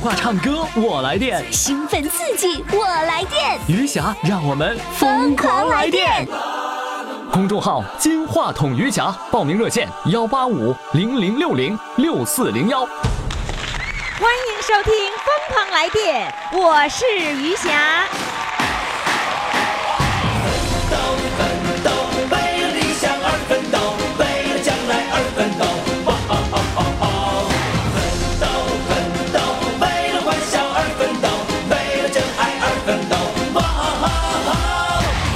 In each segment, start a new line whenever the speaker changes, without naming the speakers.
话唱歌我来电，
兴奋刺激，我来电，
余霞让我们
疯狂来电！
公众号“金话筒余霞”，报名热线：幺八五零零六零六四零幺。
欢迎收听《疯狂来电》，我是余霞。
奋斗，奋斗，为了理想而奋斗，为了将来而奋斗，哇哦哦哦哦！奋斗，奋斗，为了欢笑而奋斗，为了真爱而奋斗，哇哦哦哦！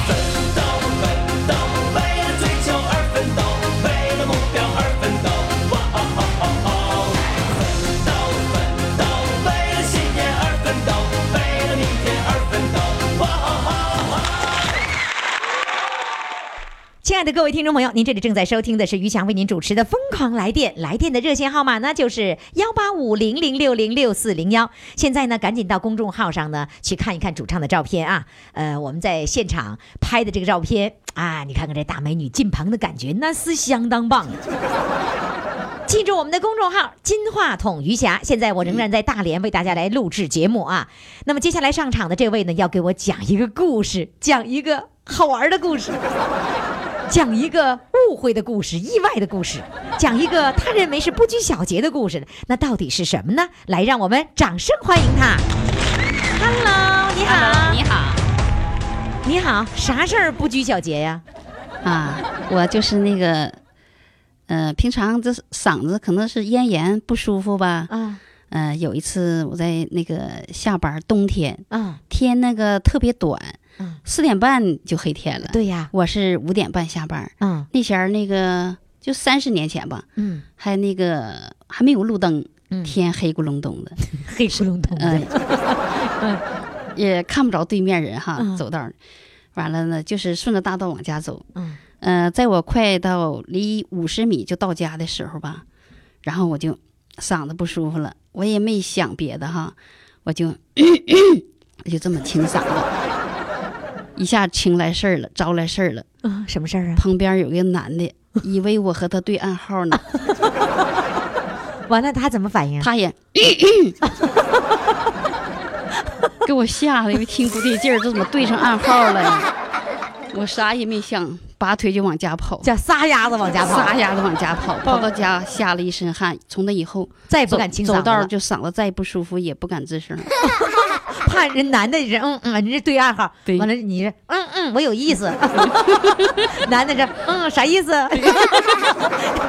奋斗，奋斗，为了追求而奋斗，为了目标而奋斗，哇哦哦哦哦！奋斗，奋斗，为了信念而奋斗，为了明天而奋斗，哇哦哦哦！
亲爱的各位听众朋友，您这里正在收听的是于翔为您主持的《疯狂来电》，来电的热线号码呢就是幺八五零零六零六四零幺。现在呢，赶紧到公众号上呢去看一看主唱的照片啊，呃，我们在现场拍的这个照片啊，你看看这大美女进棚的感觉，那是相当棒。 记住我们的公众号“金话筒余霞”。现在我仍然在大连为大家来录制节目啊。那么接下来上场的这位呢，要给我讲一个故事，讲一个好玩的故事，讲一个误会的故事、意外的故事，讲一个他认为是不拘小节的故事。那到底是什么呢？来，让我们掌声欢迎他。Hello，你好，
你好
你好，啥事儿不拘小节呀、
啊，我就是那个，呃，平常这嗓子可能是咽炎不舒服吧。
啊？
呃，有一次我在那个下班，冬天
啊啊，
天那个特别短
嗯，
四点半就黑天了。，
对呀，
我是五点半下班。
嗯
那前儿那个就三十年前吧，
嗯
还那个还没有路灯，
嗯，
天黑咕隆 咚的，
黑咕隆咚的
嗯，也看不着对面人哈，
嗯
走道儿。完了呢，就是顺着大道往家走。
嗯。
呃，在我快到离五十米就到家的时候吧，然后我就嗓子不舒服了，我也没想别的哈，我就 我就这么清嗓子，一下清来事儿了，招来事儿了。
啊，什么事儿啊？
旁边有一个男的，以为我和他对暗号呢，
完了，他怎么反应啊？
他也 给我吓得，因为听不对劲儿，这怎么对上暗号了呀？我啥也没想，拔腿就往家跑。
叫撒丫子往家跑嗯
撒，丫子往家跑，跑到家吓了一身汗。从那以后，
再也不
走
敢清嗓
走
子
道
了
儿，就嗓子再不舒服也不敢吱声。
怕人男的人嗯嗯，人家对暗号，
对
完了你这嗯嗯，我有 意思， 男的这嗯啥意思，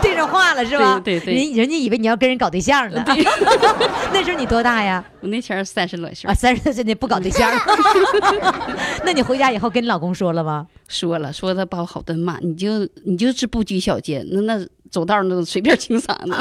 对上话了是吧？
对对对
人人家以为你要跟人搞对象呢。 那时候你多大呀？
我那前儿三十来岁
啊，
儿，
三十多岁你不搞对象， 那你回家以后跟你老公说了吗？
说了说他把我好顿骂，你就你就是不拘小节，那那走道儿那随便清嗓子，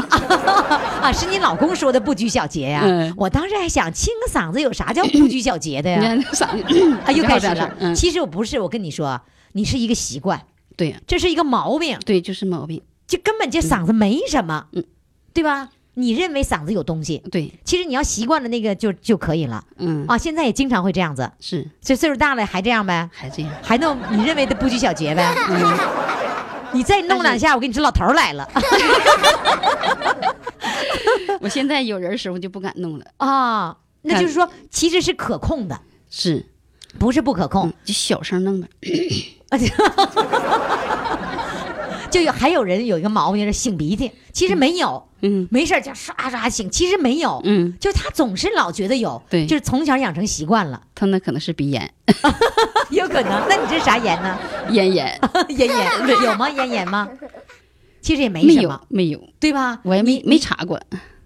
啊，是你老公说的不拘小节呀、
嗯
我当时还想清个嗓子有啥叫不拘小节的
你
哎呀？
看那嗓子
啊，又开始
这样这样
了。
嗯，
其实我不是，我跟你说，啊你是一个习惯，
对
这是一个毛病，
对，就是毛病，
就根本这嗓子没什么，
嗯
对吧？你认为嗓子有东西，
对，
其实你要习惯了那个就就可以了
嗯，
啊。现在也经常会这样子，
是
所以岁数大了还这样呗，
还这样，
还弄你认为的不拘小节呗。
嗯
嗯你再弄两
哎
下，我跟你说，老头儿 来了
我现在有人儿时候就不敢弄了，
啊！那就是说，其实是可控的，
是，
不是不可控
嗯。，就小声弄呗，嗯
就有还有人有一个毛病是擤鼻涕，其实没有，
嗯
没事儿就刷刷擤，其实没有，
嗯，
就是他总是老觉得有，
对
就是从小养成习 惯了，
他那可能是鼻炎，
有可能。那你这啥炎呢？
咽炎，
咽炎有吗？咽炎吗？其实也没
没
什
有
么，
没有，
对吧？
我也没
你
没查过。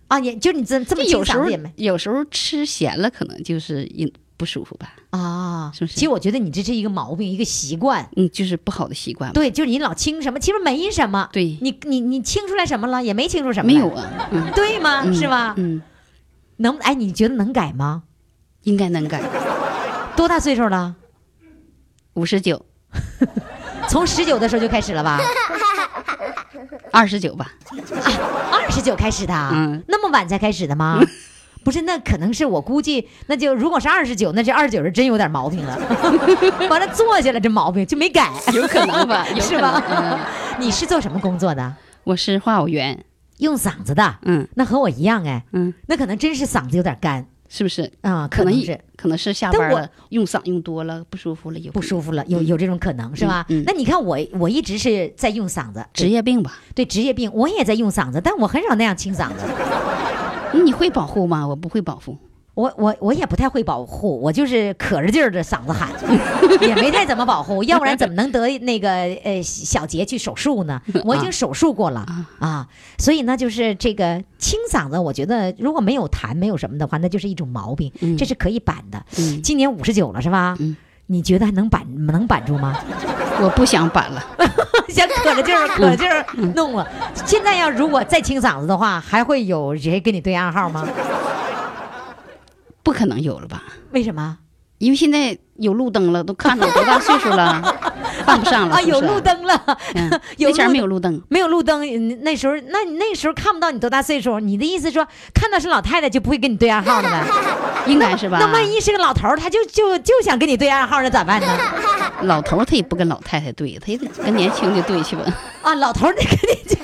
啊，也就是你这这么
这有
清
时候
嗓子也没
有时候吃咸了，可能就是因不舒服吧，
啊。
是不是
其实我觉得你这是一个毛病，一个习惯。
嗯，就是不好的习惯吧。
对，就是你老清什么，其实没什么。
对
你你你清出来什么了？也没清出什么。
没有，啊，嗯，
对吗？
嗯
是吧？
嗯，
能哎，你觉得能改吗？
应该能改。
多大岁数了？
五十九、
从十九的时候就开始了吧？
二十九 吧，
二十九开始的啊，
嗯
那么晚才开始的 吗？不是，那可能是我估计，那就如果是二十九，那这二十九是真有点毛 病了。完了坐下了，这毛病就没改，
有可能吧，有
是
可能
吧？
嗯
你是做什么工作的？
我是话务员，
用嗓子的，
嗯
那和我一样哎，
嗯，
那可能真是嗓子有点干，
是不是？
啊、
可能
是
可能是下
但
班
我
了，用嗓用多了，不舒服了，有
不舒
服，
服了，有有这种可能是吧？
嗯嗯嗯
那你看我，我一直是在用嗓子，
职业病吧？
对职业病，我也在用嗓子，但我很少那样清嗓子。
嗯你会保护吗？我不会保护，
我我我也不太会保护，我就是可着劲儿的嗓子喊，也没太怎么保护，要不然怎么能得那个呃小节去手术呢？我已经手术过了啊所以呢，就是这个清嗓子，我觉得如果没有痰没有什么的话，那就是一种毛病，
嗯
这是可以板的。
嗯
今年五十九了是吧？
嗯
你觉得还能板能板住吗？
我不想板了。
想可着劲儿可着劲儿
嗯
弄了。现在要如果再清嗓子的话，还会有谁跟你对暗号吗？
不可能有了吧？
为什么？
因为现在有路灯了，都看着我多大岁数 了，犯不上了。
啊，
是不
有
是
路，灯了。，
嗯
有
那前
路
儿没 有路灯，
没有路灯，嗯那时候，那你那时候看不到你多大岁数。你的意思说，看到是老太太就不会跟你对暗号了 呗？
应该是吧？
那万一是个老头儿，他就就就想跟你对暗号，那咋办呢？
老头儿他也不跟老太太对，他也得跟年轻的对去吧？
啊，老头儿，那肯定就。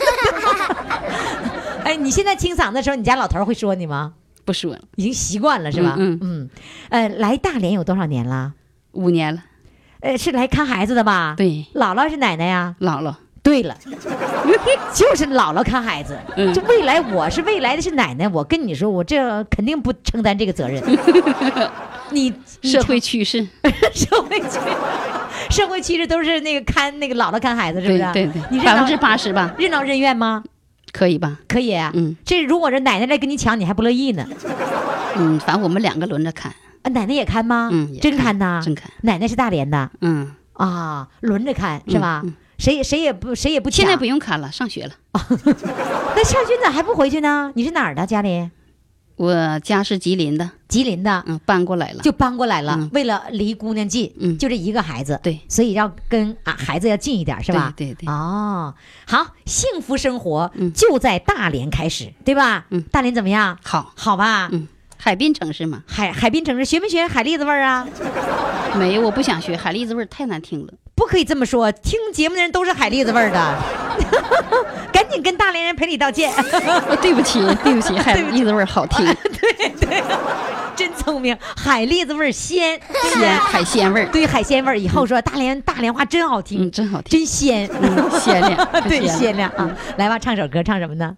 哎，你现在清嗓子的时候，你家老头儿会说你吗？
不说了，
已经习惯了是吧？
嗯
呃，来大连有多少年了？
五年了，
呃，是来看孩子的吧？，
对，
姥姥是奶奶呀、
姥姥，
对 了，就是姥姥看孩子。
嗯
这未来我是未来的是奶奶，我跟你说，我这肯定不承担这个 责任。你你
社会趋势，
社会趋社会趋势都是那个看那个姥姥看孩子，是不
对
是？
对
你
对，
任
百分之
劳
八十吧，
任劳任怨吗？
可以吧？
可以啊。
嗯
这如果这奶奶来跟你抢，你还不乐意呢？
嗯，反正我们两个轮着看，
啊，奶奶也看吗？
嗯，也
真看呐。
真看，
奶奶是大连的
嗯，
啊，轮着看是吧？
嗯嗯
谁谁也不谁也不抢。
现在不用看了，上学了。
那夏军咋还不回去呢？你是哪儿的？家里？
我家是吉林的，
吉林的。
嗯，搬过来了，
就搬过来了，
嗯
为了离姑娘近，
嗯
就这一个孩子，
对，
所以要跟啊孩子要近一点，是吧？
对对对
哦，好，幸福生活
嗯
就在大连开始，对吧？
嗯
大连怎么样？
好，
好吧？
嗯，海滨城市嘛，
海海滨城市学没学海蛎子味儿啊？
没有，我不想学，海蛎子味儿太难听了。
不可以这么说，听节目的人都是海蛎子味儿的， 赶紧跟大连人赔礼道歉。
哦对不起，对不起， 还有栗子味儿好 听，
真聪明，海蛎子味儿鲜，对不对
鲜？ 海鲜味儿，
对海鲜味儿，以后说大连大连话真好听，啊
嗯，真好听，
真鲜。
嗯，鲜 亮，太
对，
鲜
限
亮。
量啊！来吧，唱首歌，唱什么呢？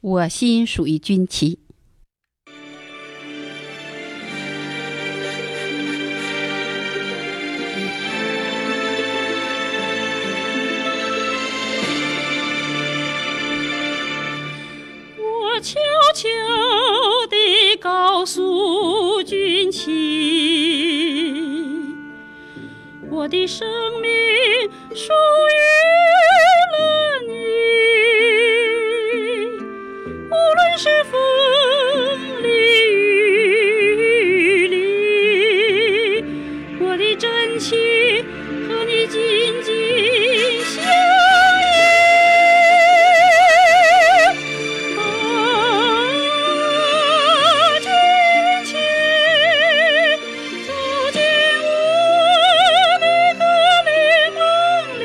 我心属于军旗，
我悄悄地告诉军旗，我的生命属于了你。无论是风里雨里，我的真情和你紧紧相依。啊，军旗走进我的革命梦里。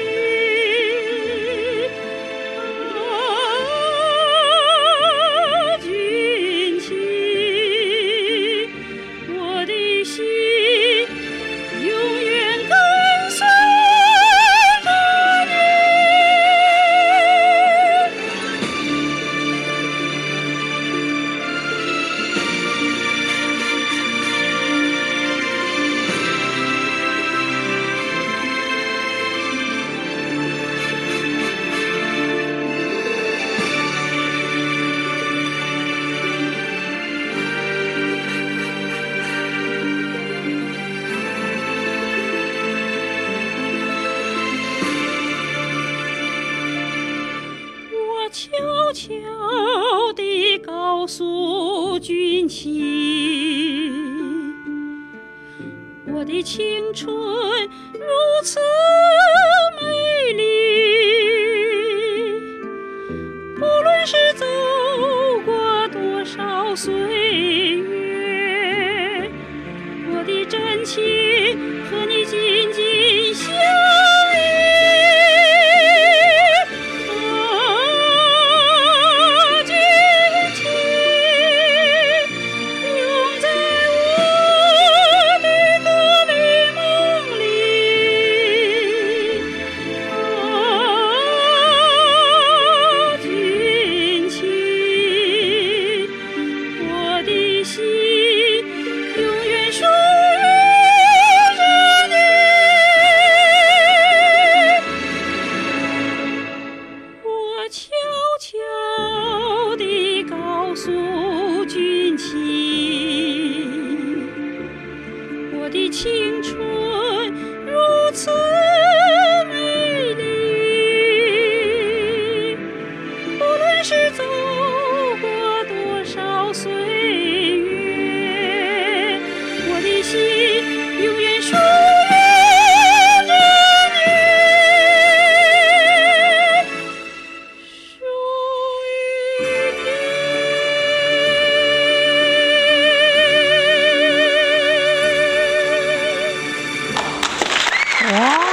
啊，军旗，我的心永远跟随着你。我悄悄地告诉军旗，我的青春如此美丽，不论是走过多少岁月，我的真情和你紧紧相依。啊，真情永在
啊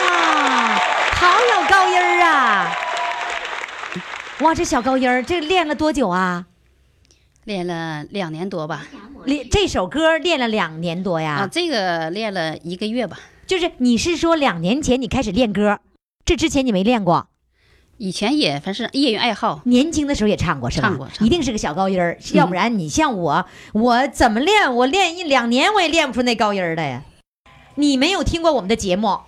哇，这小高音儿，这练了多久啊？
练了两年多吧，
练这首歌练了两年多呀。
啊，这个练了一个月吧。
就是你是说两年前你开始练歌，这之前你没练过，
以前也反正业余爱好，
年轻的时候也唱过是吧？
唱过唱过
一定是个小高音儿，要不然你像我，我怎么练？我练一两年我也练不出那高音儿来呀。你没有听过我们的节目？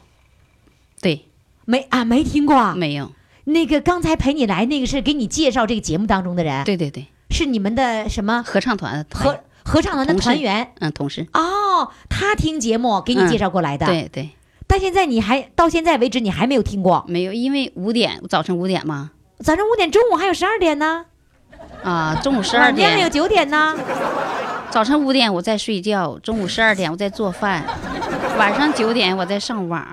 对，
没啊，没听过啊。
没有，
那个刚才陪你来那个是给你介绍这个节目当中的人，
对对对，
是你们的什么
合唱团
合合唱团的
同事
团员
嗯同事，
哦，他听节目给你介绍过来的。，
对对，
但现在你还到现在为止你还没有听过，
没有，因为五点早晨五点嘛，
早上五点、中午还有十二点呢，
啊，中午十二
晚间还有
点，
九点呢。
早晨五点我在睡觉，中午十二点我在做 饭，晚上九点我在上网，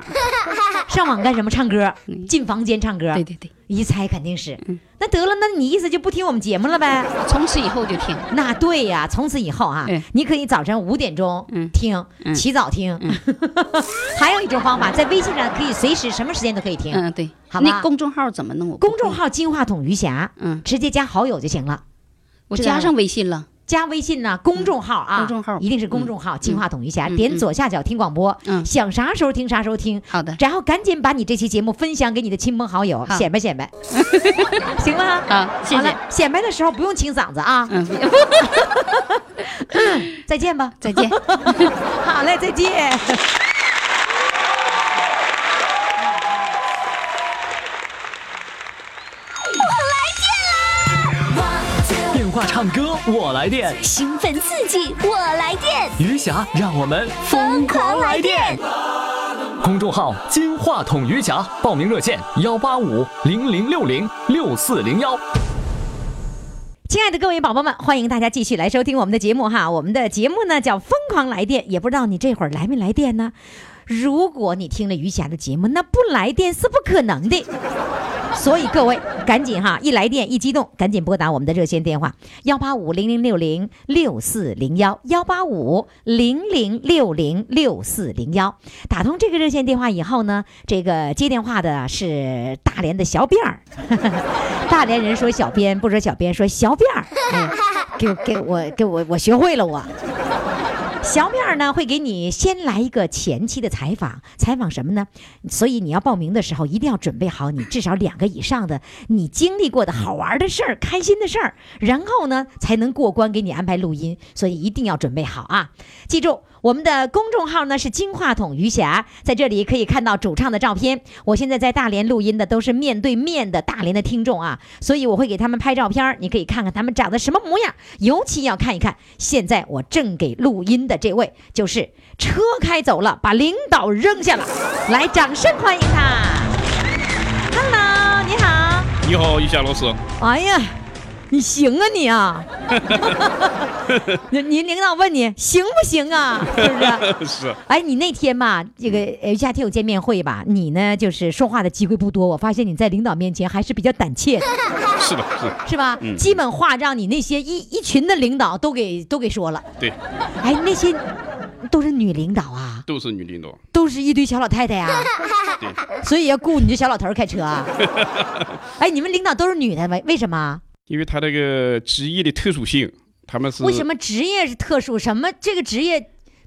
上网干什么？唱歌，
嗯
进房间唱歌。
对嗯对对，
一猜肯定是。那得了，那你意思就不听我们节目了呗？
从此以后就听，
那对呀，从此以后啊
嗯，
你可以早上五点钟
嗯
听，
嗯
起早听。 还有一种方法，在微信上可以随时什么时间都可以听。
嗯对，
好吧
那公众号怎么弄？我不
公众
会，
号“金话筒余霞”，
嗯，
直接加好友就行了。
我
知道
加
了
上微信了，
加微信呐，公众号
嗯
啊，
公众号
一定是公众号“金话筒余霞”，
嗯
点左下角听广播，
嗯
想啥时候听啥时候听，
好的，
然后赶紧把你这期节目分享给你的亲朋好友，
好
显摆 显摆，行吗？
好，谢谢
好了，，显摆的时候不用清嗓子啊，
嗯，
再见吧。
再见。
好嘞，再见。
电话唱歌我来电，
兴奋刺激，我来电！
余霞让我们疯狂来电。公众号“金话筒余霞”，报名热线：幺八五零零六零六四零幺。
亲爱的各位宝宝们，欢迎大家继续来收听我们的节目哈。我们的节目呢叫《疯狂来电》，也不知道你这会儿来没来电呢？如果你听了余霞的节目，那不来电是不可能的。所以各位赶紧哈，一来电一激动，赶紧拨打我们的热线电话幺八五零零六零六四零幺幺八五零零六零六四零幺。打通这个热线电话以后呢，这个接电话的是大连的小辫儿，大连人说小编，不说小编，说小辫儿，哎，给给我给我我学会了我。小辫儿呢会给你先来一个前期的采访，采访什么呢？所以你要报名的时候一定要准备好你至少两个以上的你经历过的好玩的事儿、开心的事儿，然后呢才能过关给你安排录音，所以一定要准备好啊！记住，我们的公众号呢是金话筒余霞，在这里可以看到主唱的照片。我现在在大连录音的都是面对面的大连的听众啊，所以我会给他们拍照片儿，你可以看看他们长得什么模样，尤其要看一看现在我正给录音的这位，就是车开走了，把领导扔下了，来，掌声欢迎他。Hello，你好。
你好，一霞老师。
哎呀，你行啊 你啊！你你领导问你行不行啊？是 不是？
是，啊
哎，你那天吧，这个呃夏天有见面会吧，你呢就是说话的机会不多，我发现你在领导面前还是比较胆怯的，
是的，是的，
是吧？
嗯
基本话让你那些一一群的领导都给都给说了。
对，
哎，那些都是女领导啊，
都是女领导。
都是一堆小老太太呀、
对，
所以要雇你这小老头儿开车 啊。哎，你们领导都是女的，为为什么？啊
因为他这个职业的特殊性，他们是
为什么职业是特殊？什么这个职业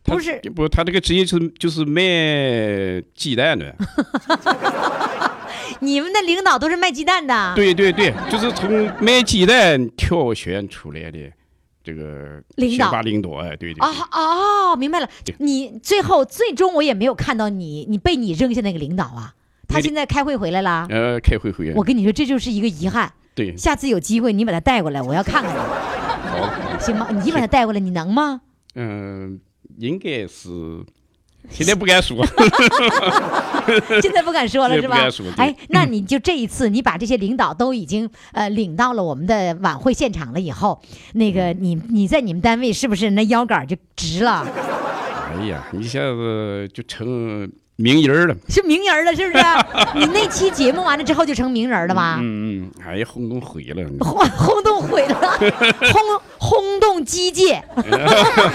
他
不是？
不？他这个职业就是就是卖鸡蛋的。
你们的领导都是卖鸡蛋的？
对对对，就是从卖鸡蛋挑选出来的这个
领导
学霸领导。哎，对对
哦
对，
哦，明白了
对。
你最后最终我也没有看到你，你被你扔下那个领导啊，他
没
现在开会回来了。
呃，开会回来
我。跟你说，这就是一个遗憾。
对，
下次有机会你把他带过来，我要看看你，
好，
行吗？你把他带过来，你能吗？
嗯，应该是。现在不敢 说，
现在不敢说了
现
是
在不
吧
敢说？对
哎，那你就这一次，你把这些领导都已经呃领到了我们的晚会现场了以后，那个
嗯
你你在你们单位是不是那腰杆儿就直 了？
哎呀，一下子就成名人了。
是名人了，是不是？你那期节目完了之后就成名人了吧？
嗯嗯，哎呀，轰动毁了。嗯
轰轰动毁 了，轰轰动机械，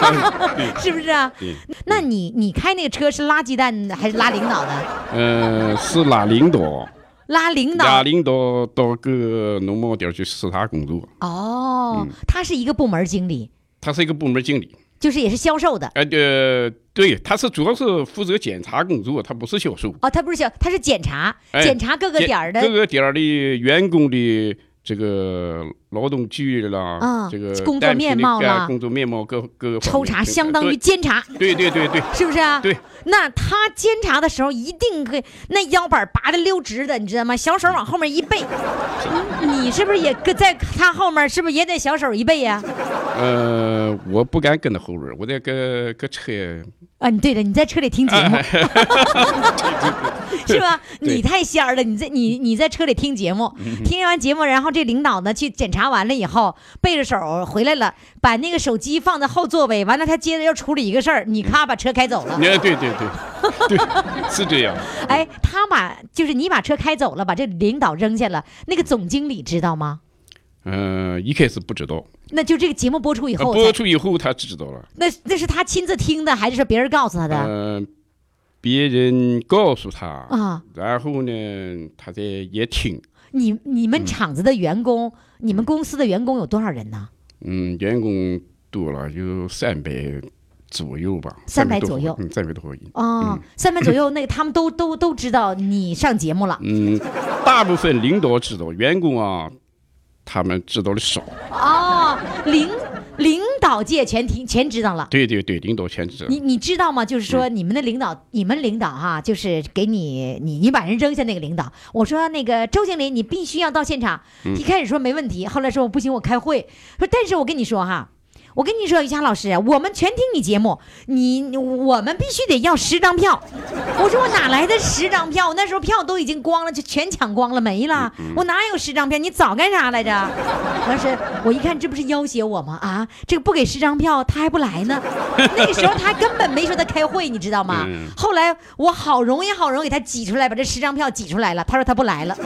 是不是啊？
对
那你你开那个车是拉鸡蛋还是拉领导的？
呃，是拉领导，
拉领导
俩领导到各农贸点儿去视察工作，
哦，他是一个部门经理，
他是一个部门经理。
就是也是销售的
哎，呃，对，他是主要是负责检查工作，他不是销售。
哦，他不是销，他是检查，
哎
检查各个
检
点儿的
各个点儿的员工的这个劳动纪律啦，
嗯
这个
工作
单品的
面貌
干
啦
啊工作面貌各各个方
抽
面
查，
这个
相当于监察，
对对对对对
是不是啊？
对。
那他监察的时候，一定会那腰板拔的溜直的，你知道吗？小手往后面一背，你你是不是也跟在他后面？是不是也得小手一背呀、
呃，我不敢跟他后边儿，我得跟啊跟车，
啊，你对了，你在车里听节目， 是吧？
哎对嗯
你太仙儿了，你在你你在车里听节目，听完节目，然后这领导呢去检查完了以后，背着手回来了，把那个手机放在后座位，完了他接着要处理一个事儿，你咔把车开走了。
哎， 对对对对，是这样。
哎，他把就是你把车开走了，把这领导扔下了，那个总经理知道吗？
嗯、一开始不知道，
那就这个节目播出以
呃
后才，
播出以后他知道了，
那那是他亲自听的，还是说别人告诉他的？
嗯、别人告诉他
啊，
然后呢，他在也听，
你你
嗯
们厂子的员工，你们公司的员工有多少人呢？
嗯，员工多了有三百左右吧，
300
300多
左右
嗯，三百多个人，
哦，三百左右，那个他们都都都知道你上节目了
嗯，大部分领导知道，员工啊，他们知道的少，
哦，领领导界全听全知道了。
对对对，领导全知道，
你你知道吗？就是说你们的领导，你们领导哈、就是给你你你把人扔下那个领导。我说那个周经理，你必须要到现场。一开始说没问题，后来说我不行，我开会。说但是我跟你说哈。我跟你说，于霞老师，我们全听你节目，你我们必须得要十张票。我说我哪来的十张票？我那时候票都已经光了，就全抢光了，没了。我哪有十张票？你早干啥来着？当时我一看，这不是要挟我吗？啊，这个不给十张票，他还不来呢。那个时候他根本没说他开会，你知道吗？
嗯
后来我好容易好容易给他挤出来，把这十张票挤出来了。他说他不来了，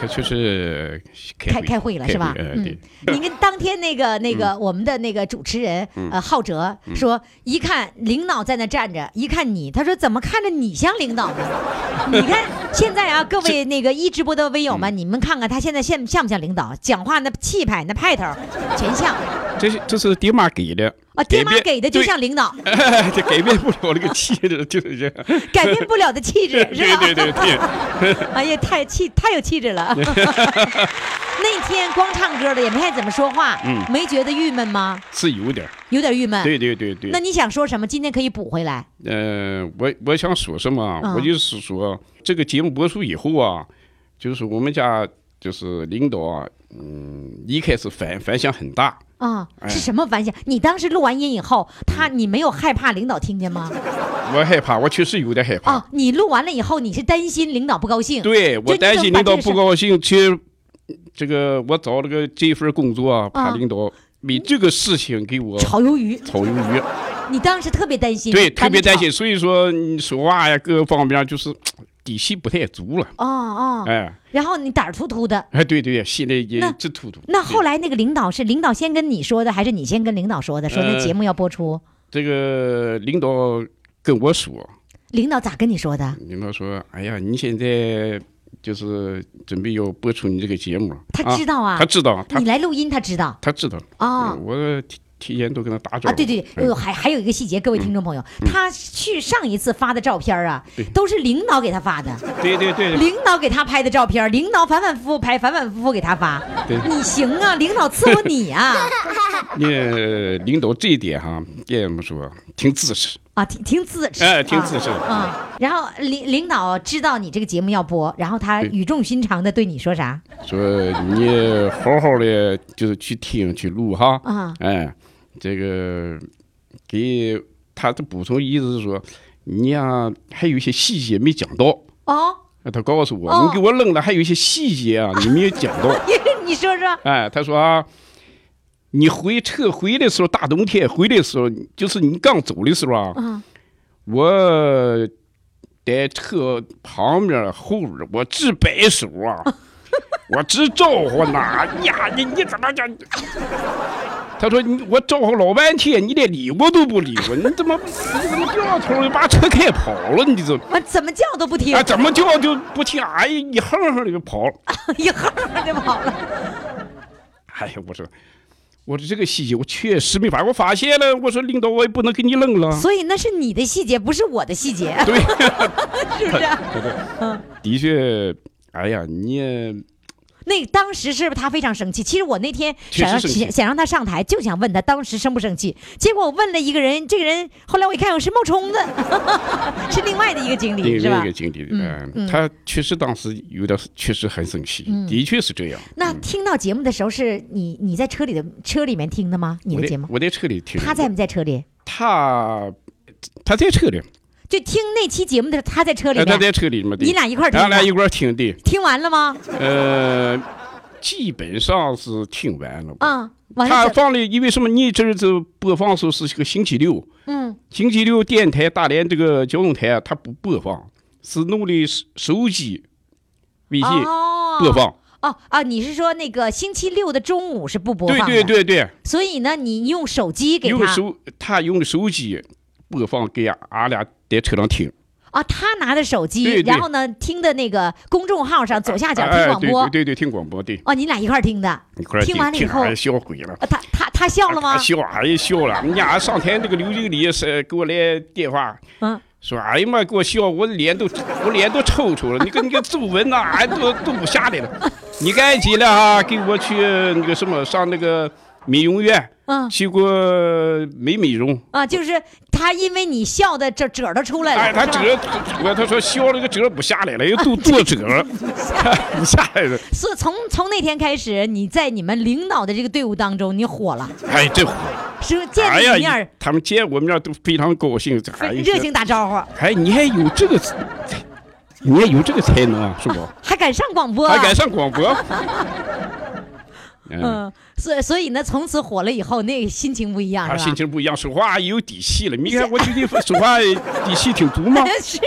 他就是开
开
会
开会了是吧？
呃
嗯
对，，
你跟当天那
嗯
个那个我们的那个主持人呃浩哲说，一看领导在那站着，一看你，他说怎么看着你像 领导呢？你看现在啊，各位那个一直播的微友们，
嗯
你们看看他现在像像不像领导？讲话那气派那派头 全像
这是这是爹妈给的
啊，爹妈
改变
给的就
对
像领导，
哎这改变不了那个气质，就是这样，
改变不了的气质
对
是吧？
对对对，
哎呀，太气太有气 质了。那天光唱歌了，也没太怎么说话，
嗯
没觉得郁闷吗？
是有点儿，
有点郁闷。
对对对对
那。你想说什么？今天可以补回来。
呃，我我想说什么啊，
嗯
我就是说这个节目播出以后啊，就是我们家就是领导啊，嗯，一开始反反响很大，
啊、
哎
是什么反响？你当时录完音以后，他你没有害怕领导听见吗？
嗯我害怕，我确实有点害怕，
啊、你录完了以后，你是担心领导不高兴？
对
就
我
你
担
怎
心
么
领
把
导
这事
不高兴，其实这个我找这个这份工作啊，怕
啊
领导为这个事情给我
炒鱿鱼，
炒鱿鱼，
你当时特别担心，
对，
把
特
你
别担
炒。
心，所以说你说话呀，各个方面啊就是底气不太足了，
哦哦，
哎
然后你胆儿突突的。
哎，对对，心里也
那
直突突。
那
对
后来那个领导是领导先跟你说的，还是你先跟领导说的？说那
呃
节目要播出，
这个领导跟我说，
领导咋跟你说的？
领导说：“哎呀，你现在就是准备要播出你这个节目。”
他知道啊
他知道，他
你来录音，他知道
他知道
啊
嗯我提提前都跟他打招呼。
啊，对对对，哎呦，还还有一个细节，各
嗯
位听众朋友，他去上一次发的照片啊，都是领导给他发的，
对对 对
领导给他拍的照片，领导反反复复拍，反反复复给他发，
对
你行啊，领导伺候 你啊，
对，你领导这一点哈，别这么说，挺自私，
啊，挺挺自持，
哎，挺
啊
自私。
啊。然后领领导知道你这个节目要播，然后他
对
语重心长的对你说啥？
说你好好的就是去听去录哈，
啊
哎，这个给他的补充意思是说，你呀、还有一些细节没讲到。
哦，
啊他告诉我，
哦
你给我扔了，还有一些细节啊，你没有讲 到。
你说说，
哎，他说啊，你回撤回的时候，大冬天回的时候，就是你刚走的时候啊，
嗯
我 在车旁边后边，我直摆手啊，我直招呼呢。哎呀，你你怎么这？他说你我招呼老半天，你连理我都不理我，你怎么你怎么掉头就把车开跑了？你这
我怎么叫都不听
啊，，怎么叫就不听？哎呀，一哼哼的就跑了。
一哈儿就跑了。
哎呀，我说，我说这个细节我确实没法，我发现了。我说领导，我也不能给你扔了。
所以那是你的细节，不是我的细节，
嗯对，
是不是？
的确，哎呀，你也
那当时是不是他非常生气？其实我那天
确
想
实
让
生气
想想让他上台，就想问他当时生不生气。结果我问了一个人，这个人后来我一看，我是冒充的， 是另外的一个经理，
另
是吧
外一个？经理，
嗯嗯
嗯，他确实当时有点，确实很生气，的确是这样。
那听到节目的时候，是你你在车里的车里面听的吗？你
我
的
在
节目，
我在车里听，
他在不在车里？
他他在车里，
就听那期节目的时候，他在车里
哎他
面，
在车里嘛，对
你俩一块儿听的
咱俩一块儿听的，
听完了吗？
呃，基本上是听完了。
啊，完
他
了怎，
放的，因为什么？你这次播放的时候是个星期六，
嗯，
星期六电台大连这个交通台啊，它不播放，是弄的手手机、微信
哦
播放。
哦啊，你是说那个星期六的中午是不播放
对
的？
对，对对，
所以呢，你用手机给
用
他
手他用手机播放给俺俩在车上听，
啊，他拿着手机，
对对
然后呢听的那个公众号上左下角听
哎
广播，
对对对对，听广播，对，
哦，你俩一块儿听的，
一块儿
听完了以后，
哎笑鬼了。
啊他他他笑了吗？
哎笑，哎呀笑了。人家俺上台那个刘经理也是给我来电话，
嗯，
说哎呀妈，给我笑，我脸都我脸都抽抽了，你个你个皱纹呐、哎都都不下来了。你赶紧了啊，给我去那个什么上那个美容院，
嗯
去过美美容。
啊，就是他因为你笑的褶褶都出来了，
哎，他
是吧
折，我他说削了个折不下来了，又 都做折， 不下来了。
所以从从那天开始，你在你们领导的这个队伍当中，你火了，
哎，这火，
是不是见
哎
了你面
呀
儿，
他们见我面儿都非常高兴，这哎呀
热情打招呼，
哎，你还有这个，你还有这个才能啊，是不？
还敢上广播、啊，
还敢上广播？嗯，
嗯，所以所以呢，从此火了以后，那个心情不一样，
哎他
是吧
心？情不一样，说话也有底气了。你看我最近说话底气挺足 吗？
是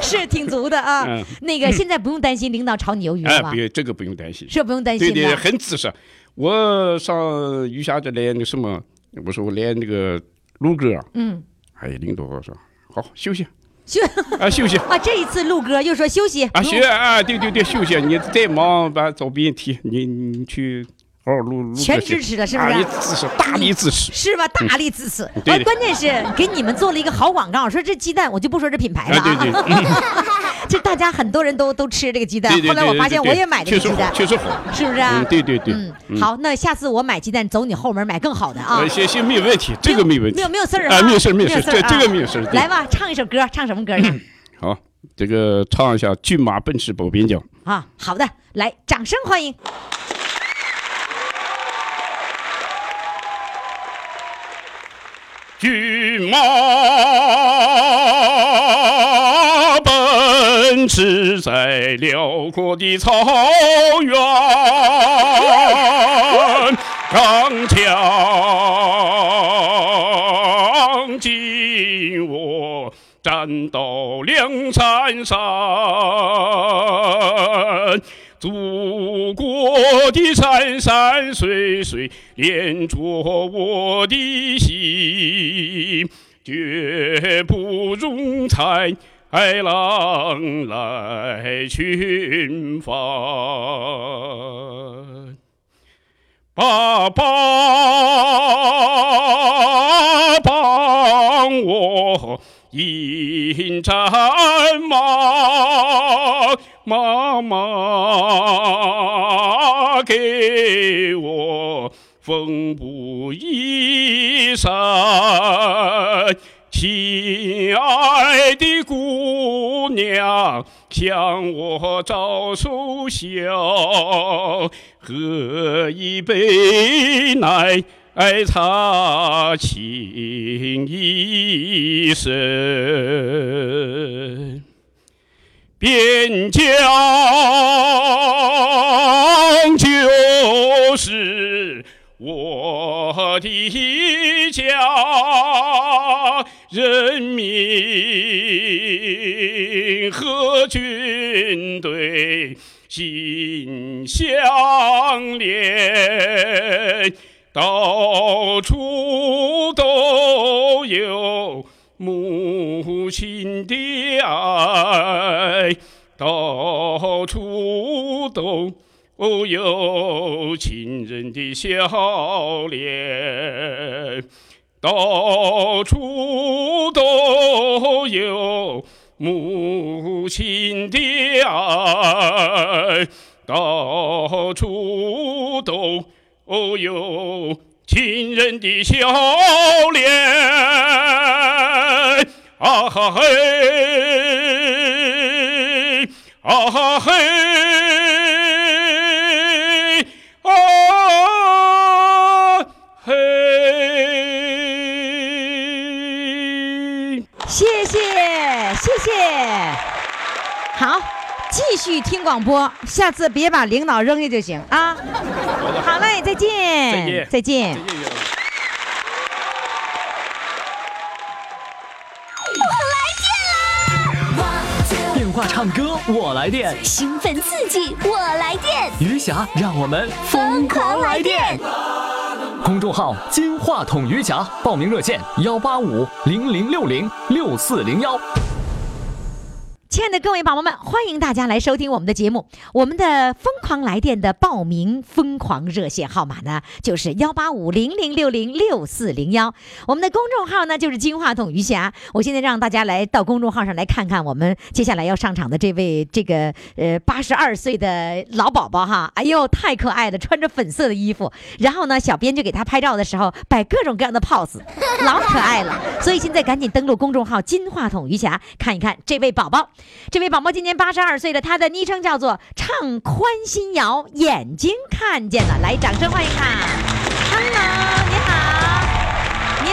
是 挺足的啊
嗯。
那个现在不用担心领导炒你鱿鱼
哎
了，吧？
别这个不用担心。
是不用担
对
心
对，
的。
很自实。我上余霞这来那个什么，我说我来那个录歌，
嗯，
哎，领导我说好休息
休
啊，休息
啊，这一次录歌又说休息
啊，
不
休
用
息啊，对对对，休息。你再忙把找别人提，你你去好好录录歌去。
全支持了是不是
啊，你支持，大力支持。
是吧？大力支持。
对
完
的
关键是给你们做了一个好广告，说这鸡蛋我就不说这品牌了
啊，对对，
啊，
嗯
这大家很多人都都吃这个鸡蛋
对对。对。
后来我发现
对对
我也买
确
这个
实
鸡
好，
蛋，
确实好。
是不是啊
嗯，？对对对，
嗯，好，那下次我买鸡蛋走你后门买更好的啊
呃，。行行，没有问题，这个没问题，
没有没有事儿
啊，没有事儿，没有
没
事
有
儿，
事儿
这
啊
这个没有事儿。对嗯
来，吧，唱一首歌，唱什么歌呢？
好，这个唱一下《骏马奔驰保边疆》。
啊，好的，来，掌声欢迎。
骏马奔驰在辽阔的草原，刚强紧握战斗梁山山。祖国的山山水水连着我的心，绝不容豺狼来侵犯。爸爸帮我引战马，妈妈给我缝补衣衫。亲爱的姑娘，向我招手笑，喝一杯奶茶情意深。边疆就是
我的家人民和军队心相连，到处都有母亲的爱，到处都。哦，有亲人的笑脸，到处都有母亲的爱，到处都有亲人的笑脸。啊哈嘿，啊哈嘿，啊嘿。
谢谢，谢谢。好，继续听广播，下次别把领导扔下就行啊。好嘞，再见，
再见
再见。
电话唱歌我来电，
兴奋刺激，我来电，
余霞让我们
疯狂来电！
公众号“金话筒余霞”，报名热线：幺八五零零六零六四零幺。
亲爱的各位宝宝们，欢迎大家来收听我们的节目。我们的疯狂来电的报名疯狂热线号码呢，就是幺八五零零六零六四零幺。我们的公众号呢，就是金话筒余霞。我现在让大家来到公众号上来看看我们接下来要上场的这位这个呃八十二岁的老宝宝哈，哎呦太可爱了，穿着粉色的衣服。然后呢，小编就给他拍照的时候摆各种各样的 pose，老可爱了。所以现在赶紧登录公众号“金话筒余霞”，看一看这位宝宝。这位宝宝今年八十二岁了，他的昵称叫做“唱欢欣瑶”，眼睛看见了，来，掌声欢迎他。Hello，你好，你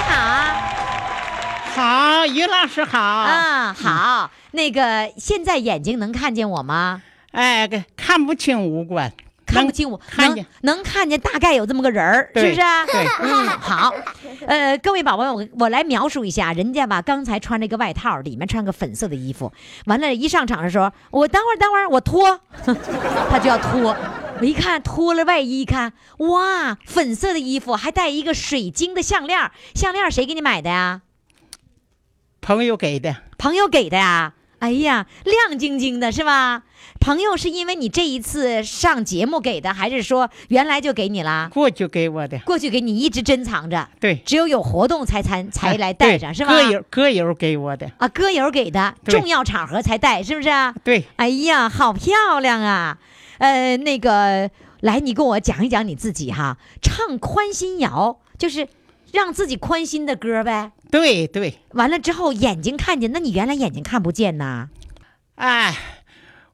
好
好，于老师好。
啊，好。那个现在眼睛能看见我吗？
哎，个看不清五官，
看不
能
清我，
看
能
见
能看见大概有这么个人儿，
对
是不是啊？
对
嗯，好。呃，各位宝宝们，我我来描述一下，人家吧刚才穿了一个外套，里面穿个粉色的衣服，完了，一上场的时候，我等会儿等会儿我脱， 他就要脱。我一看脱了外衣，一看哇，粉色的衣服，还带一个水晶的项链儿，项链儿谁给你买的呀？
朋友给的。
朋友给的呀。哎呀，亮晶晶的是吧？朋友是因为你这一次上节目给的，还是说原来就给你啦？
过去给我的，
过去给你一直珍藏着，
对，
只有有活动才才才来
哎对
带上，是吧？
歌友歌友给我的，
啊，歌友给的，
对
重要场合才带，是不是啊？
对，
哎呀，好漂亮啊！呃，那个，来，你跟我讲一讲你自己哈，唱宽心谣就是让自己宽心的歌呗。
对对。
完了之后眼睛看见，那你原来眼睛看不见呐？
哎，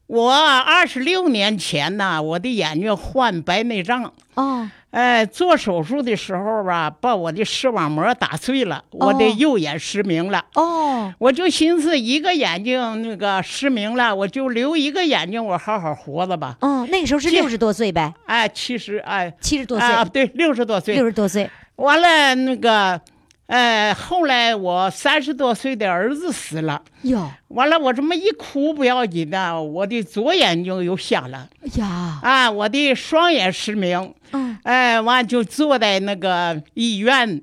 我二十六年前呐，我的眼睛患白内障。
哦，
哎，做手术的时候吧，把我的视网膜打碎了，我的
哦
右眼失明了。
哦，
我就寻思一个眼睛那个失明了，我就留一个眼睛，我好好活着吧。
哦，那个时候是
这
六十多岁呗，
哎，其实哎，
七十多岁，
啊，对，六十多岁，
六十多岁。
完了那个，呃，后来我三十多岁的儿子死了，
哟
完了我这么一哭不要紧的，我的左眼睛又瞎了
呀，
啊，我的双眼失明，
嗯，
哎，完就坐在那个医院。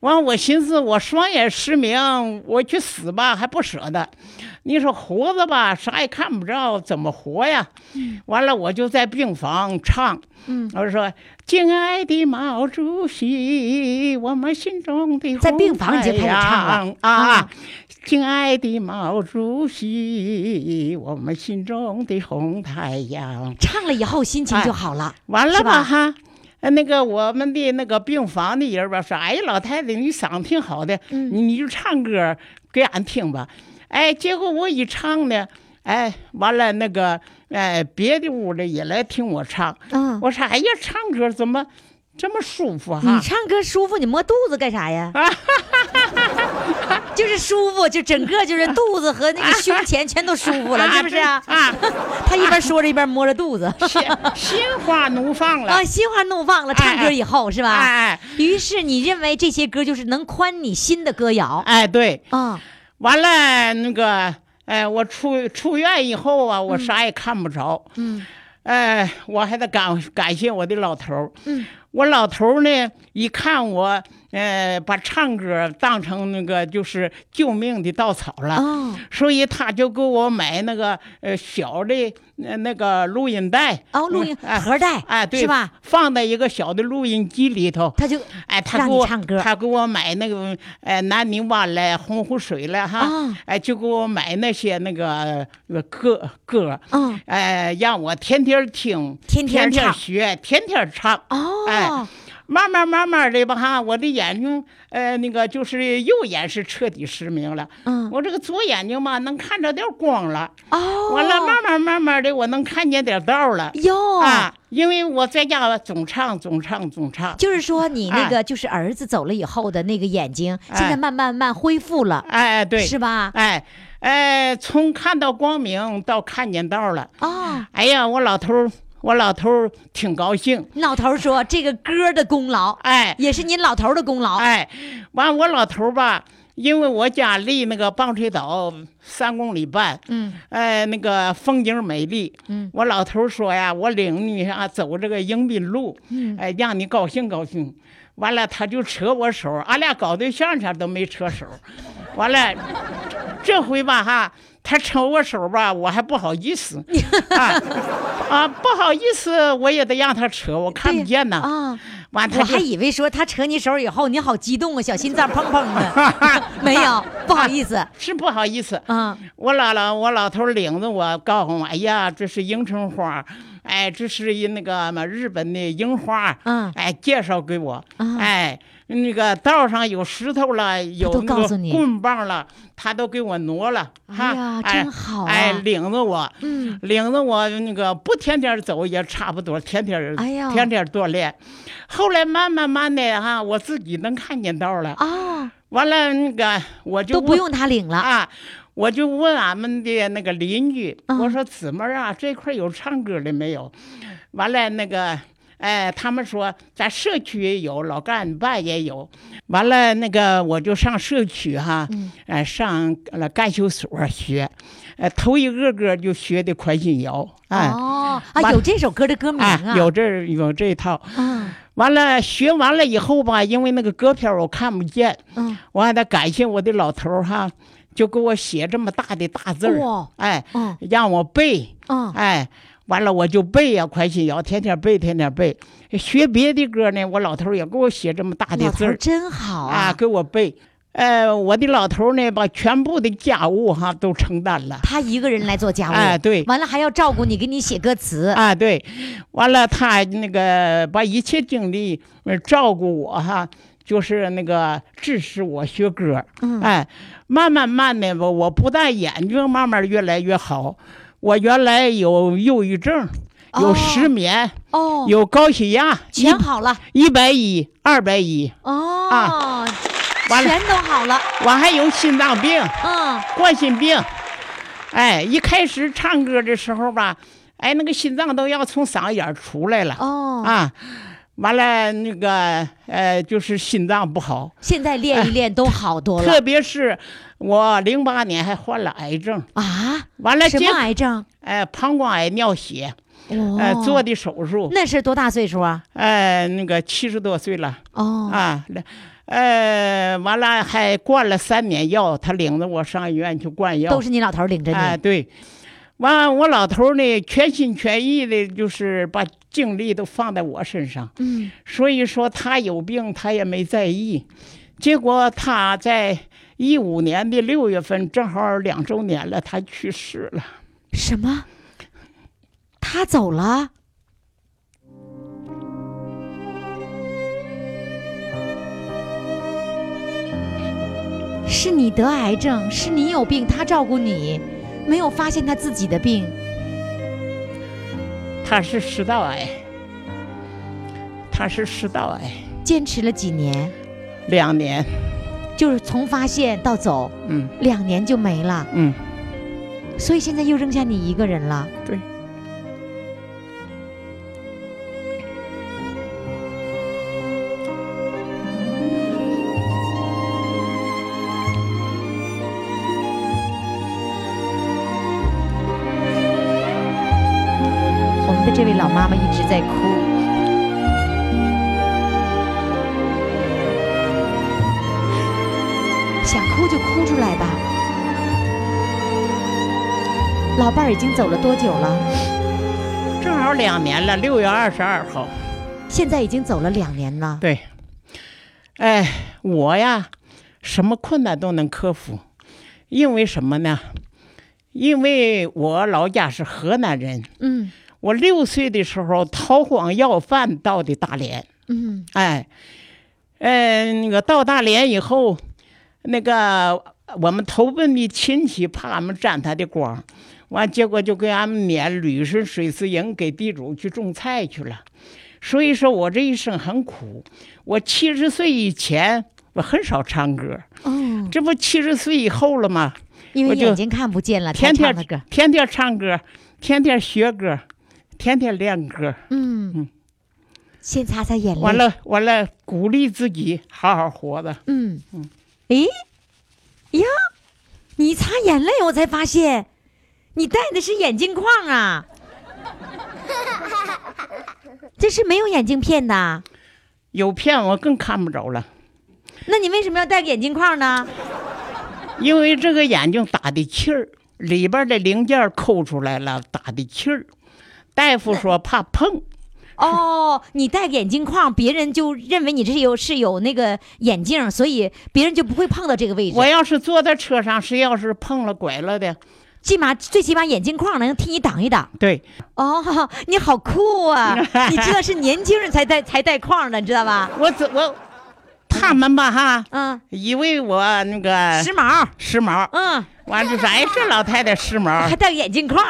完，我寻思我双眼失明，我去死吧，还不舍得。你说活着吧，啥也看不着，怎么活呀？
嗯
完了，我就在病房唱，我就说：“敬爱的毛主席，我们心中的
在病房已经开始唱
红太
了
阳啊
啊！
敬爱的毛主席，我们心中的红太阳。”
唱了以后心情
哎
就好了。
完
是
了
吧
吧哈。呃那个我们的那个病房的人吧，说：“哎呀，老太太，你嗓子挺好的，
嗯
你你就唱歌给俺听吧。”哎，结果我一唱呢，哎，完了那个，哎，别的屋的也来听我唱。
嗯
我说：“哎呀，唱歌怎么这么舒服哈、啊
你唱歌舒服，你摸肚子干啥呀？就是舒服，就整个就是肚子和那个胸前全都舒服了，是不是啊？
啊，
他一边说着一边摸着肚子，
心心花怒放了
啊，，心花怒放了。唱歌以后是吧？
哎哎
于是你认为这些歌就是能宽你心的歌谣
哎，对，
啊？
完了那个，哎，我出出院以后啊，我啥也看不着，
嗯，
哎，我还得感感谢我的老头儿，嗯，我老头儿呢，一看我，呃，把唱歌当成那个就是救命的稻草了，
哦
所以他就给我买那个呃小的呃那个录音带，
哦，录音
哎
盒带
哎，对，
是吧？？
放在一个小的录音机里头，
他就
哎，他
让
给
你
我
唱歌
他给我买那个呃南泥湾了、洪湖水了哈，
啊
哎，就给我买那些那个呃歌歌，
嗯
哎，让我天天听，
天天
天
唱
学，天天唱，
哦，
哎。慢慢慢慢的吧哈，我的眼睛，呃，那个就是右眼是彻底失明了。
嗯
我这个左眼睛吧，能看着点光了。
哦，
完了，慢慢慢慢的，我能看见点道了。
哟
啊，因为我在家总唱总唱总唱，
就是说你那
哎
个就是儿子走了以后的那个眼睛，现
哎
在慢慢慢恢复了，
哎对，
是吧？
哎哎，从看到光明到看见道了。
啊，
哎呀，我老头儿，我老头儿挺高兴。
老头儿说这个歌的功劳，
哎
也是您老头儿的功劳。
哎，完我老头儿吧，因为我家离那个棒槌岛三公里半，
嗯，
哎，那个风景美丽。
嗯，
我老头儿说呀，我领你啊走这个迎宾路，嗯，哎，让你高兴高兴。完了，他就扯我手，俺俩搞对象前都没扯 手。完了，这回吧哈，他扯我手吧，我还不好意 思啊啊，不好意思，我也得让他扯，我看不见呐。
啊，
完哎他
我
就
还以为说他扯你手以后，你好激动啊，小心脏砰砰 的。没有，不好意思
是不好意思。
啊，
我姥姥，我老头领着我，告诉我，哎呀，这是迎春花，哎，这是一那个嘛日本的樱花，
嗯
哎，介绍给我，
嗯
哎，那个道上有石头了，有
都
那
告
个
诉你
棍棒了，他都给我挪了，哈
哎呀
哎
真好啊
哎，领着我，
嗯，
领着我那个不天天走也差不多，天天，
哎呀
天天锻炼，后来慢慢慢的哈，我自己能看见道了，
啊，
完了那个我哎就
都不
问
用他领了。
啊，我就问俺们的那个邻居，
嗯
我说姊妹儿啊，这块儿有唱歌的没有？完了那个。哎，他们说咱社区也有，老干办也有。完了，那个我就上社区哈，
嗯
哎，上了干休所学，哎，头一个个就学的快进谣，哎，
哦，啊，
完
有这首歌的歌名
哎
啊，，
有这儿有这一套。
啊，
完了，学完了以后吧，因为那个歌片儿我看不见，
嗯，
我还得感谢我的老头儿哈，就给我写这么大的大字儿，
哇，
哎，
嗯
让我背，
嗯，
哎，完了我就背呀、快信谣天天背，天天背。学别的歌呢，我老头儿也给我写这么大的
老头
字
儿
儿
真好
啊，
啊，
给我背。呃，我的老头儿呢，把全部的家务哈都承担了。
他一个人来做家务，
哎对
完了还要照顾你，给你写歌词，
啊，对，完了他那个把一切精力呃照顾我哈，就是那个支持我学歌，
嗯
哎，慢慢慢的吧，我不但眼睛慢慢越来越好，我原来有忧郁症，有
哦
失眠，
哦，
有高血压，
全好了，
一百一、二百一，
哦，
啊完了
全都好了，
我还有心脏病。
嗯，
冠心病。哎，一开始唱歌的时候吧，哎，那个心脏都要从嗓子眼儿出来了。
哦
啊，完了那个呃，就是心脏不好，
现在练一练都好多
特
了
别是我零八年还患了癌症，
啊。
完了
什
结
么癌症？
哎膀胱癌尿血，
哦
呃做的手术，
那是多大岁数啊？
呃那个七十多岁了。
哦，
啊，来呃，完了还灌了三年药，他领着我上医院去灌药，
都是你老头儿领着
哎，
你，
对，完我老头儿呢，全心全意的，就是把精力都放在我身上，
嗯，
所以说他有病他也没在意。结果他在一五年的六月份，正好两周年了，他去世了。
什么？他走了？是你得癌症，是你有病，他照顾你，没有发现他自己的病。
他是食道癌，他是食道癌，
坚持了几年，
两年，
就是从发现到走
嗯
两年就没了，
嗯，
所以现在又扔下你一个人了。
对。
我们的这位老妈妈一直在哭。想哭就哭出来吧。老伴儿已经走了多久了？
正好两年了，六月二十二号。
现在已经走了两年了。
对，哎，我呀，什么困难都能克服，因为什么呢？因为我老家是河南人，
嗯
我六岁的时候逃荒要饭到的大连，
嗯
哎，嗯、那个到大连以后，那个我们投奔的亲戚怕俺们沾他的光，完结果就给俺们免旅顺水师营给地主去种菜去了。所以说我这一生很苦，我七十岁以前我很少唱歌，
哦，
这不七十岁以后了吗？
因为
我就
眼睛看不见了，
天
才
天
唱的歌。
天天唱歌，天天学歌，天天练歌。
嗯
嗯，
先擦擦眼泪。
完，了完了，鼓励自己好好活着。
嗯嗯，诶呀，你擦眼泪，我才发现你戴的是眼镜框啊，这是没有眼镜片的。
有骗我更看不着了，
那你为什么要戴个眼镜框呢？
因为这个眼睛打的气儿，里边的零件抠出来了，打的气儿。大夫说怕碰，
哦，你戴个眼镜框，别人就认为你这是有是有那个眼镜，所以别人就不会碰到这个位置
我。要是坐在车上，谁要是碰了拐了的，
起码最起码眼镜框能替你挡一挡。
对，
哦， 你好酷 啊！你知道是年轻人才戴才戴框的，你知道吧？
我怎我他们吧哈，
嗯，
以为我那个
时髦，
时髦，
嗯，
完就说哎这老太太时
还
髦，
戴个眼镜框。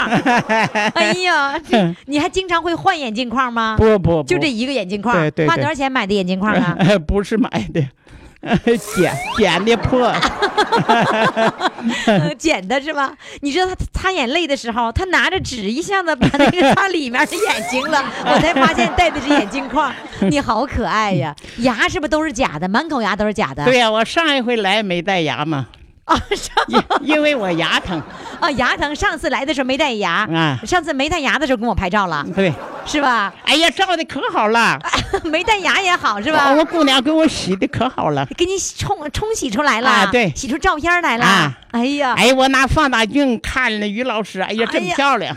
哎呀， 这你还经常会换眼镜框吗？
不不不，
就这一个眼镜框，
对对对
花多少钱买的眼镜框 啊？
不是买的，捡捡的破，
啊呃捡的是吧？你知道他擦眼泪的时候，他拿着纸一下子把那个擦里面的眼睛 了，我才发现戴的是眼镜框。你好可爱 呀！牙是不是都是假的？满口牙都是假的？
对呀、我上一回来没带牙嘛，
啊，上
因因为我牙疼
啊牙疼，上次来的时候没带牙，
啊，
上次没戴牙的时候跟我拍照了，
对。
是吧？
哎呀，照的可好了，
没戴牙也好，是
我
吧？
姑娘给我洗的可好了。
给你冲冲洗出来了，
啊对
洗出照片来了。
啊
哎呀，
哎，我拿放大镜看了于老师，哎呀，真
哎呀
漂亮。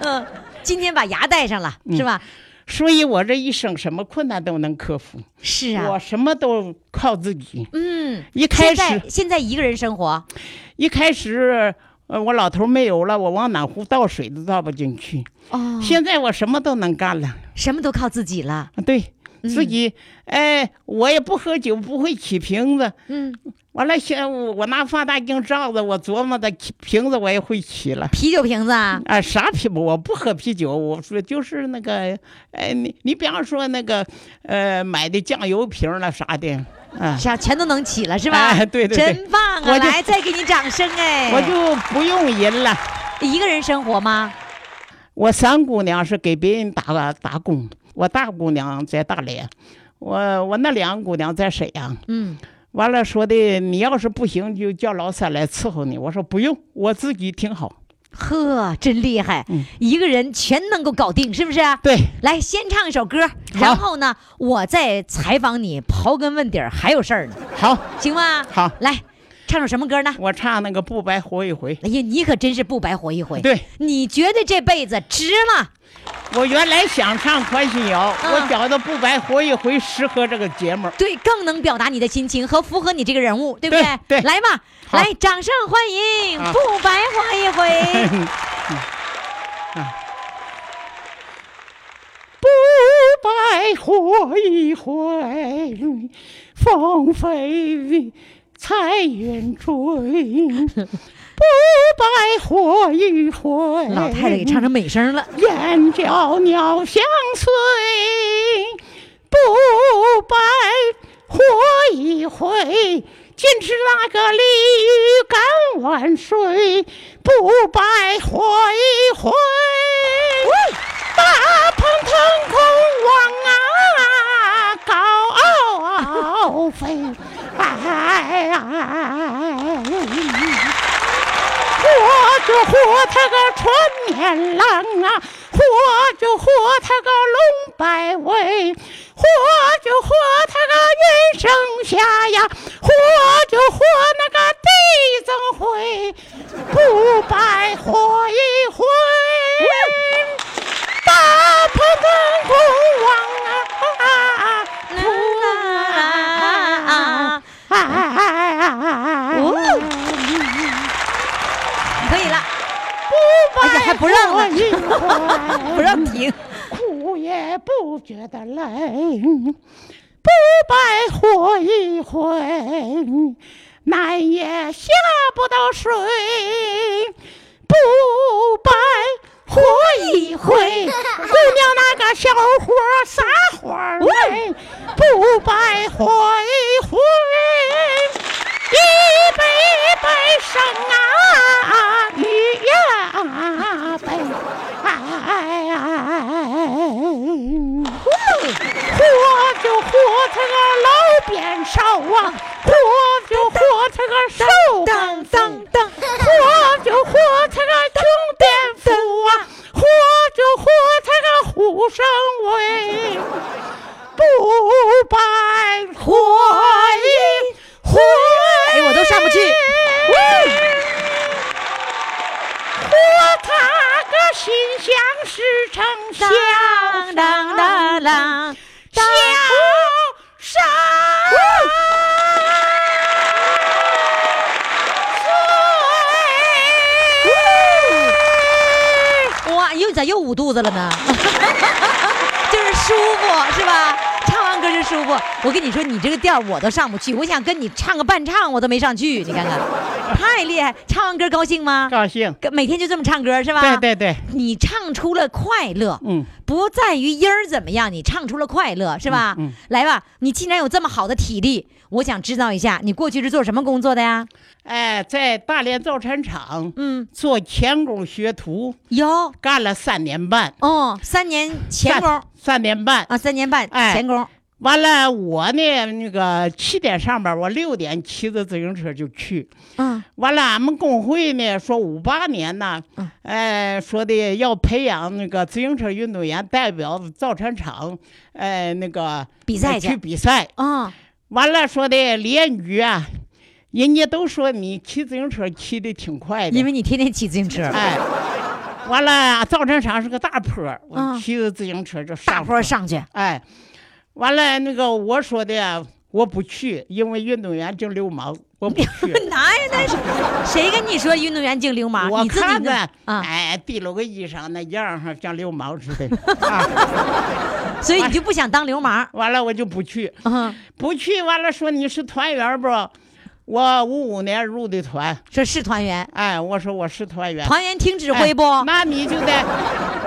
嗯、今天把牙戴上了，
嗯
是吧？
所以我这一生什么困难都能克服，
是
我
啊，
什么都靠自己。
嗯。
一开
现在
始，
现在一个人生活，
一开始，呃，我老头没有了，我往哪壶倒水都倒不进去。
哦，
现在我什么都能干了，啊
什么都靠自己了。
对。
嗯
自己，哎，我也不喝酒，不会起瓶子。
嗯，
完了，现我我拿放大镜照着，我琢磨的起瓶子我也会起了。
啤酒瓶子啊，
啊，啥啤不？我不喝啤酒，我说就是那个，哎，你你比方说那个，呃，买的酱油瓶儿了啥的，啊，
啥全都能起了，是吧？
哎对对对
真棒啊！
我就
来，再给你掌声哎！
我就不用人了。
一个人生活吗？
我三姑娘是给别人打打工，我大姑娘在大连，我我那两个姑娘在沈阳。
嗯，
完了说的，你要是不行，就叫老三来伺候你。我说不用，我自己挺好。
呵，真厉害，
嗯
一个人全能够搞定，是不啊是？
对，
来，先唱一首歌，然后呢，我再采访你，刨根问底儿，还有事儿呢，
好，
行吗？
好
来，唱首什么歌呢？
我唱那个不白活一回。
哎呀，你可真是不白活一回。
对，
你觉得这辈子值了？
我原来想唱《欢喜谣》，
嗯
我觉得不白活一回适合这个节目。
对，更能表达你的心情和符合你这个人物，对不对？
对对
来吧，
好
来，掌声欢迎，
啊
不白活一回。
不白活一回，风飞彩云追，不白活一回。
老太太给唱成美声了。
燕叫鸟相随，不白活一回。今是那个鲤鱼干碗水，不白活一回。大鹏腾空往啊高飞，哎呀！活就活他个纯面郎啊，活就活他个龙摆尾，活就活他个云生霞呀，活就活那个地增辉，不白活一回。大鹏腾空往啊，空啊！
哦可以了，
不白
哎呀还不让呢
呢
不让停。
苦也不觉得累，不白活一回，难也下不到水，不白活一回。姑 娘那个小伙儿撒欢儿来，不白活一回，一杯一杯生啊，一呀杯。哎呀！活就活他个老扁烧啊，活就活他个瘦
当当当，
活就活他个穷蝙蝠啊，活就活他个虎生威，不白活一回。
哎我都上不去
喂，活他个心想事成，
当
响
当当当，
小山。
哇，又咋又捂肚子了呢？ 就是舒服是吧？唱完歌就舒服。我跟你说，你这个调儿我都上不去，我想跟你唱个伴唱我都没上去，你看看，太厉害！唱完歌高兴吗？
高兴，
跟每天就这么唱歌是吧？
对对对，
你唱出了快乐，
嗯，
不在于音儿怎么样，你唱出了快乐是吧？
嗯嗯
来吧，你既然有这么好的体力，我想知道一下，你过去是做什么工作的呀？
哎，在大连造船厂
嗯，
做钳工学徒，
有
干了三年半，
哦，三年钳工
三三年半。
啊，三年半
哎
钳工，
完了，我呢，那个七点上班，我六点骑着自行车就去。
嗯，
完了，俺们工会呢说五八年呢，
嗯
哎，说的要培养那个自行车运动员代表造船厂，哎，那个哎
比赛去
去比赛。
啊，
完了，说的连语啊，人家都说你骑自行车骑的挺快的，
因为你天天骑自行车，
哎，完了，造船厂是个大坡儿，
嗯
我骑着自行车就上
大坡
坡
儿，上去，
哎，完了那个我说的我不去，因为运动员净流氓，我不去。
哪有那是？谁跟你说运动员净流氓？
我
你自己
看
的
着，
啊，
哎，提了个衣裳那样儿像流氓似的 啊。
所以你就不想当流氓？
完了我就不去，
嗯，
不去完了说你是团员不？我五五年入的团，
说是团员，
哎，我说我是团员。
团员听指挥不？
哎那你就得，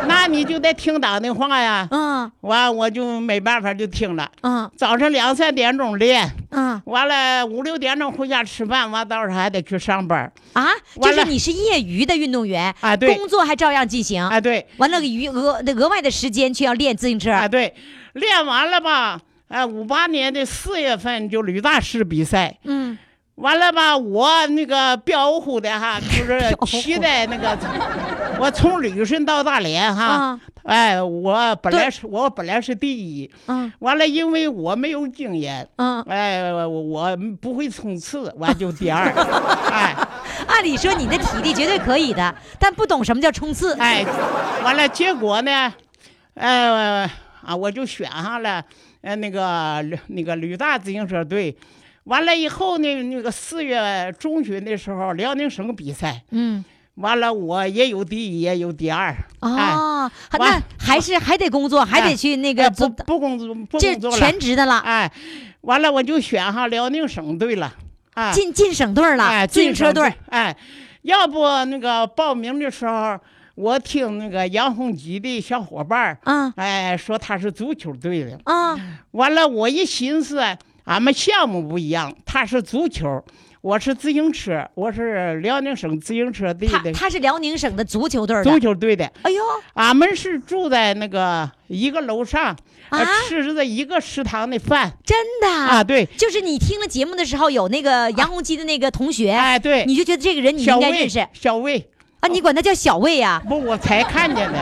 那你就得听党的话呀。
嗯
完，我就没办法就听了。
嗯
早上两三点钟练，
嗯
完了五六点钟回家吃饭，完到时候还得去上班。
啊，就
完
是
了
你是业余的运动员
啊对
工作还照样进行。
哎，对，
完了，余额那额外的时间却要练自行车。
哎对，练完了吧？哎，五八年的四月份就吕大师比赛，
嗯，
完了吧？我那个彪呼的 哈，就是
彪呼
骑在那个，我从旅顺到大连哈，
啊
哎，我本
对
来是我本来是第一，
嗯
完了因为我没有经验，
嗯，
哎，我我不会冲刺，完就第二，哎
按理说你的体力绝对可以的，但不懂什么叫冲刺。
哎，完了，结果呢，呃啊，我就选上了，呃，那个吕那个吕大自行车队，完了以后呢，那个四月中旬的时候，辽宁省比赛，
嗯
完了我也有第一，也有第二，哎，
哦，那
完
还是还得工作，还得
哎
去
那
那个
不
做，
不工作不
这
工作了
全，职的了。
哎，完了我就选上辽宁省队了。啊
进进省队儿了，
哎，
自行车队儿
对，哎，要不那个报名的时候，我听那个杨洪吉的小伙伴儿，
啊
哎，说他是足球队的。
啊，
完了，我一寻思，俺们项目不一样，他是足球，我是自行车，我是辽宁省自行车队
他
的
他是辽宁省的足球队儿
足
的。
球队的。
哎呦，
俺们是住在那个一个楼上，呃
啊
吃着一个食堂的饭
真的
啊，对，
就是你听了节目的时候有那个杨洪基的那个同学，
哎对，
你就觉得这个人你
小
应该
魏
认识
小魏，
啊？你管他叫小魏呀、
不，我才看见的，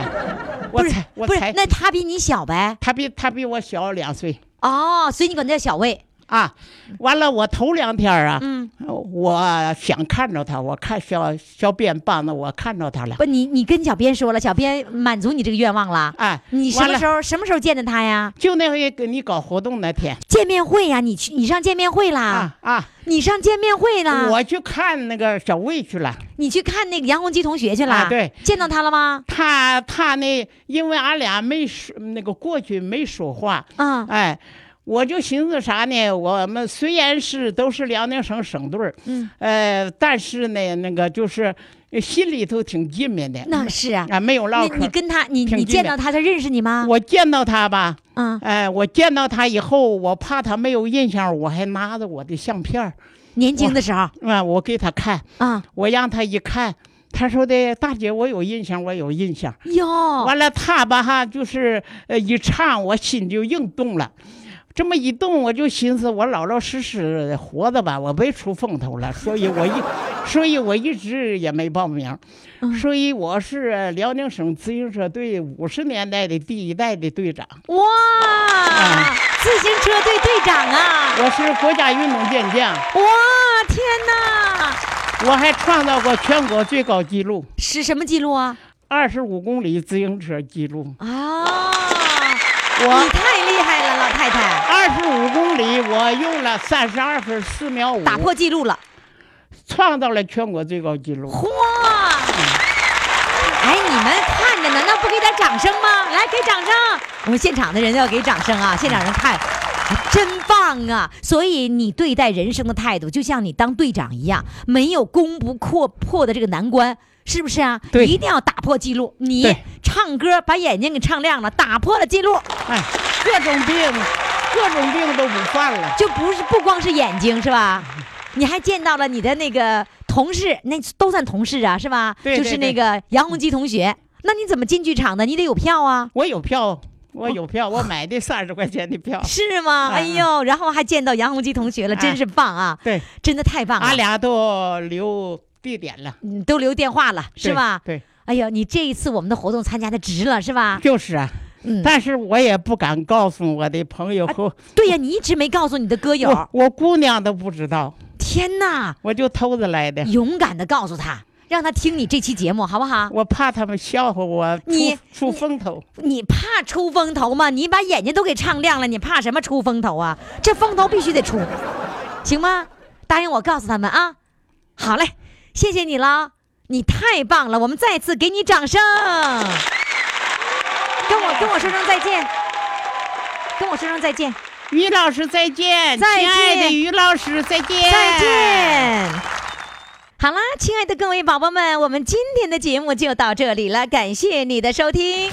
我
不是
才我
不是
才，，
那他比你小呗？
他比他比我小两岁
哦，所以你管他叫小魏。
啊。完了，我头两天啊，
嗯，
我想看着他，我看小小编帮着我看着他了，
不，你你跟小编说了，小编满足你这个愿望了。
哎，
你什
完
么
了
时候什么时候见的他呀？
就那回给你搞活动那天
见面会呀、你去你上见面会啦？
啊啊，
你上见面会啦？
我去看那个小魏去了。
你去看那个杨洪基同学去了？
啊对，
见到他了吗？
他他呢，因为俺俩没说那个过去没说话，
啊、
哎，我就寻思啥呢？我们虽然是都是辽宁省省队儿，
嗯，
呃，但是呢，那个就是心里头挺近面的，
那是啊。
啊，没有唠
你
嗑
你
儿。
跟他，你
挺
你
近
见
的
到他，他认识你吗？
我见到他吧，
啊，
哎，我见到他以后，我怕他没有印象，我还拿着我的相片儿，
年轻的时候
啊，我给他看，
啊，
我让他一看，他说的大姐，我有印象，我有印象。
哟，
完了，他吧哈，就是呃一唱，我心就硬动了。这么一动，我就寻思，我老老实实活着吧，我别出风头了。所以，我 一，所以我一直也没报名。
嗯
所以我是辽宁省自行车队五十年代的第一代的队长，啊
哇，自行车队队长啊，
我是国家运动健将，
哇，天哪，
我还创造过全国最高纪录，
是什么记录啊？
二十五公里自行车记录。
啊，你
我
太厉害了，老太太，
二十五公里，我用了三十二分四秒五，
打破记录了，
创造了全国最高纪录。
哇！哎，你们看着，难道不给点掌声吗？来，给掌声！我们现场的人要给掌声啊！现场人看，哎真棒啊！所以你对待人生的态度，就像你当队长一样，没有攻不破破的这个难关，是不是啊？
对
一定要打破记录。你
对
唱歌把眼睛给唱亮了，打破了记录，
哎，各种病，各种病都不犯了。
就不是不光是眼睛是吧？你还见到了你的那个同事，那都算同事啊，是吧？
对
就是
对
那
对
个杨洪基同学。那你怎么进剧场的？你得有票啊，
我有票，我有
哦
票，我买的三十块钱的票。
是吗？
啊
哎呦，然后还见到杨洪基同学了，
啊
真是棒啊！
对，
真的太棒了。
俺俩都留地点了，
嗯都留电话了，是
对
吧？
对，
哎呦，你这一次我们的活动参加的值了，是吧？
就是啊。
嗯，啊
但是我也不敢告诉我的朋友和
对呀，你一直没告诉你的歌
我
友。
我姑娘都不知道，
天哪，
我就偷着来的。
勇敢的告诉他，让他听你这期节目，好不好？
我怕他们笑话我出
你
出风头，
你怕出风头吗？你把眼睛都给唱亮了，你怕什么出风头啊？这风头必须得出，行吗？答应我，告诉他们啊。好嘞，谢谢你了，你太棒了，我们再次给你掌声。跟我跟我说声再见，跟我说声再见，
于老师再见，
再
亲爱的
见
于老师再见，
再。见。好啦，亲爱的各位宝宝们，我们今天的节目就到这里了，感谢你的收听。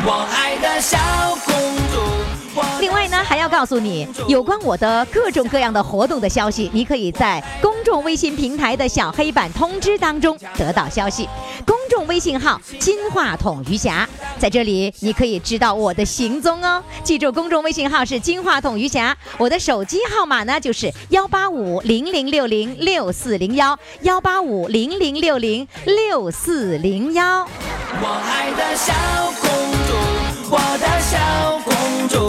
我爱的小公主。我
另外呢，还要告诉你有关我的各种各样的活动的消息，你可以在公众微信平台的小黑板通知当中得到消息。公众微信号“金话筒余霞”，在这里你可以知道我的行踪哦。记住，公众微信号是“金话筒余霞”，我的手机号码呢就是幺八五零零六零六四零幺幺八五零零六零六四零幺。
我爱的小公主，我的小公主，